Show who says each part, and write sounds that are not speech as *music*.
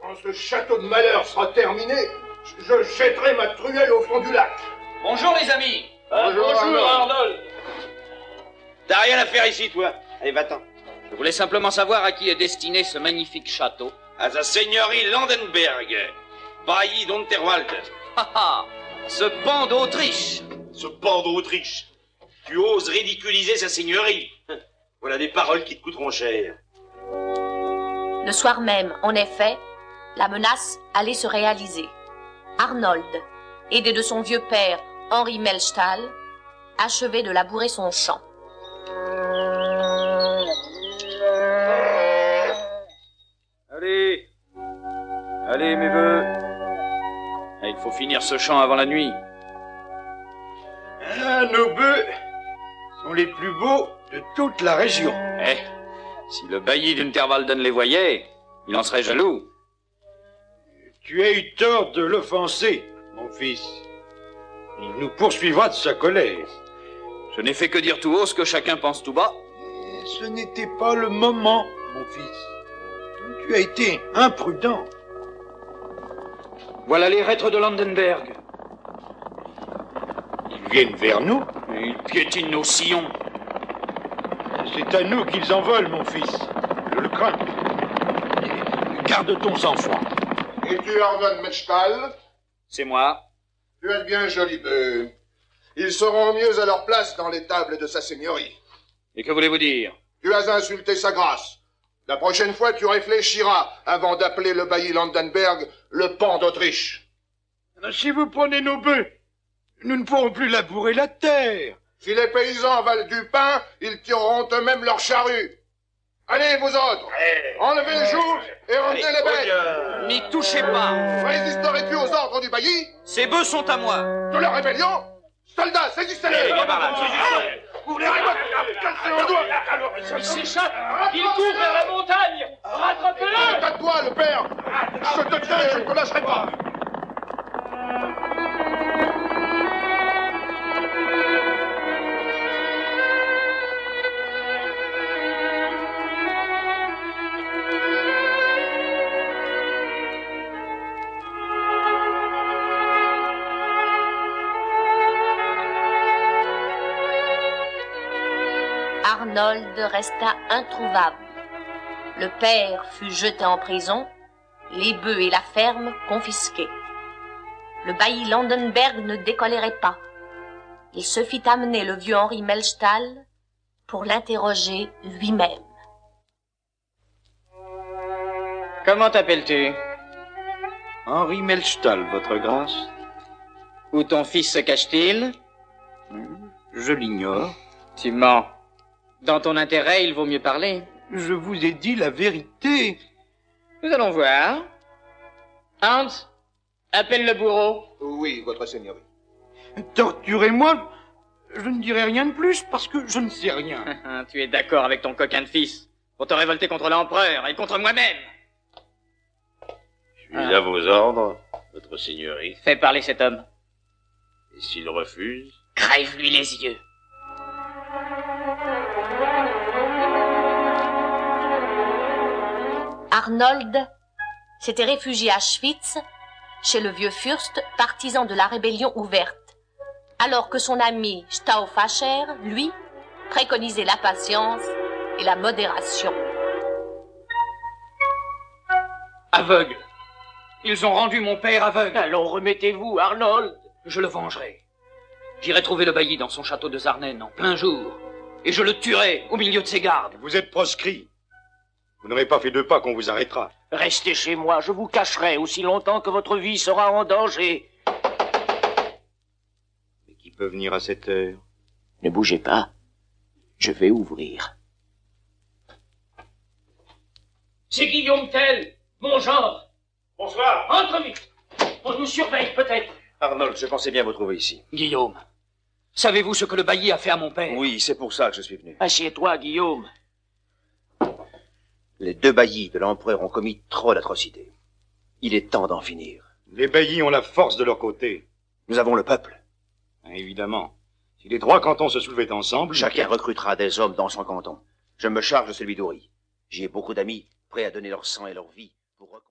Speaker 1: Quand ce château de malheur sera terminé, je jetterai ma truelle au fond du lac.
Speaker 2: Bonjour les amis
Speaker 3: Ah,
Speaker 1: Bonjour, Arnold.
Speaker 3: T'as rien à faire ici, toi. Allez, va-t'en.
Speaker 2: Je voulais simplement savoir à qui est destiné ce magnifique
Speaker 4: *laughs*
Speaker 2: château.
Speaker 3: À sa seigneurie Landenberg, bailli d'Unterwald.
Speaker 2: Ha ha Ce pan d'Autriche
Speaker 3: Ce pan d'Autriche. Tu oses ridiculiser sa seigneurie. Voilà des paroles qui te coûteront cher.
Speaker 5: Le soir même, en effet, la menace allait se réaliser. Arnold, aidé de son vieux père Henri Melchtal, achevait de labourer son champ.
Speaker 4: Allez Allez, mes voeux Ah, Il faut finir ce chant avant la nuit.
Speaker 1: Ah, nos bœufs sont les plus beaux de toute la région.
Speaker 4: Eh Si le bailli d'Unterwalden les voyait, il en serait jaloux.
Speaker 1: Tu as eu tort de l'offenser, mon fils. Il nous poursuivra de sa colère.
Speaker 4: Je n'ai fait que dire tout haut ce que chacun pense tout bas.
Speaker 1: Mais ce n'était pas le moment, mon fils. Tu as été imprudent.
Speaker 4: Voilà les reîtres de Landenberg.
Speaker 1: Ils viennent vers nous.
Speaker 4: Ils piétinent nos sillons.
Speaker 1: C'est à nous qu'ils en veulent, mon fils. Je le crains. Garde ton sang-froid.
Speaker 6: Et tu, Arnold Mechtal,
Speaker 4: C'est moi.
Speaker 6: tu es bien joli bœuf. Ils seront mieux à leur place dans les tables de sa seigneurie.
Speaker 4: Et que voulez-vous dire
Speaker 6: Tu as insulté sa grâce. La prochaine fois, tu réfléchiras avant d'appeler le bailli Landenberg le pan d'Autriche.
Speaker 1: Ah, Si vous prenez nos bœufs, nous ne pourrons plus labourer la terre.
Speaker 6: Si les paysans valent du pain, ils tireront eux-mêmes leur charrue. Allez, vous autres, enlevez le joug et rendez les bêtes.
Speaker 2: N'y touchez pas
Speaker 6: Résisterez-tu aux ordres du bailli
Speaker 2: Ces bœufs sont à moi
Speaker 6: De la rébellion Soldats, saisissez-les Ouvrez les bottes, cassez-le doigt
Speaker 7: Il s'échappe Il court vers la montagne Rattrapez-le
Speaker 6: À toi, le père Je te tiens et je ne te lâcherai pas
Speaker 5: Arnold resta introuvable. Le père fut jeté en prison, les bœufs et la ferme confisqués. Le bailli Landenberg ne décolérait pas. Il se fit amener le vieux Henri Melchtal pour l'interroger lui-même.
Speaker 8: Comment t'appelles-tu
Speaker 3: Henri Melchtal, votre grâce
Speaker 8: Où ton fils se cache-t-il
Speaker 9: Hmm,
Speaker 3: Je l'ignore.
Speaker 8: Tu mens. Dans ton intérêt, il vaut mieux parler.
Speaker 1: Je vous ai dit la vérité.
Speaker 8: Nous allons voir. Hans, appelle le bourreau. *laughs*
Speaker 6: Oui, votre seigneurie.
Speaker 1: Torturez-moi. Je ne dirai rien de plus parce que je ne sais rien.
Speaker 8: Ah, tu es d'accord avec ton coquin de fils pour te révolter contre l'empereur et contre moi-même. Ah.
Speaker 9: Je suis à vos ordres, votre seigneurie.
Speaker 8: Fais parler cet homme.
Speaker 9: Et s'il refuse,
Speaker 8: Crève-lui les yeux.
Speaker 5: Arnold s'était réfugié à Schwitz chez le vieux Fürst, partisan de la rébellion ouverte, alors que son ami Stauffacher, lui, préconisait la patience et la modération.
Speaker 7: Aveugle Ils ont rendu mon père aveugle
Speaker 8: Allons, remettez-vous, Arnold.
Speaker 7: Je le vengerai J'irai trouver le bailli dans son château de Zarnen en plein jour, et je le tuerai au milieu de ses gardes
Speaker 1: *laughs* Vous êtes proscrit. Vous n'aurez pas fait deux pas qu'on vous arrêtera.
Speaker 10: Restez chez moi, je vous cacherai aussi longtemps que votre vie sera en danger.
Speaker 3: mais qui peut venir à cette heure
Speaker 10: Ne bougez pas. Je vais ouvrir.
Speaker 7: C'est Guillaume Tell Mon genre Bonsoir Entre vite On nous surveille peut-être
Speaker 3: Arnold, je pensais bien vous trouver ici.
Speaker 7: Guillaume, savez-vous ce que le bailli a fait à mon père
Speaker 3: Oui, c'est pour ça que je suis venu.
Speaker 10: Assieds-toi, Guillaume.
Speaker 3: Les deux baillis de l'empereur ont commis trop d'atrocités. Il est temps d'en finir.
Speaker 1: Les baillis ont la force de leur côté.
Speaker 3: Nous avons le peuple.
Speaker 4: Évidemment.
Speaker 1: Si les trois cantons se soulevaient ensemble,
Speaker 3: Chacun recrutera des hommes dans son canton. Je me charge de celui d'Oury. J'y ai beaucoup d'amis prêts à donner leur sang et leur vie pour reconstruire.